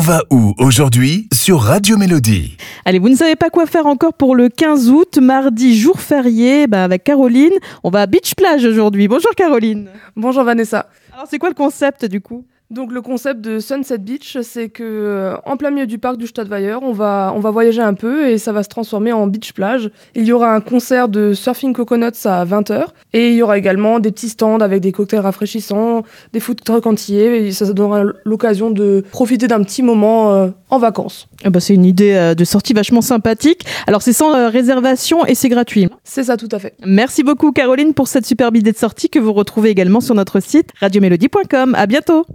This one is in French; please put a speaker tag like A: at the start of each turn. A: va où aujourd'hui sur Radio Mélodie
B: Allez, vous ne savez pas quoi faire encore pour le 15 août, mardi, jour férié, bah, avec Caroline. On va à Beach Plage aujourd'hui. Bonjour Caroline.
C: Bonjour Vanessa.
B: Alors c'est quoi le concept du coup
C: Donc le concept de Sunset Beach, c'est que euh, en plein milieu du parc du Stadtweiler, on va on va voyager un peu et ça va se transformer en beach plage. Il y aura un concert de surfing coconuts à 20h et il y aura également des petits stands avec des cocktails rafraîchissants, des food trucks entiers et ça, ça donnera l'occasion de profiter d'un petit moment euh, en vacances.
B: Ah bah, C'est une idée euh, de sortie vachement sympathique. Alors c'est sans euh, réservation et c'est gratuit.
C: C'est ça tout à fait.
B: Merci beaucoup Caroline pour cette superbe idée de sortie que vous retrouvez également sur notre site radiomélodie.com. À bientôt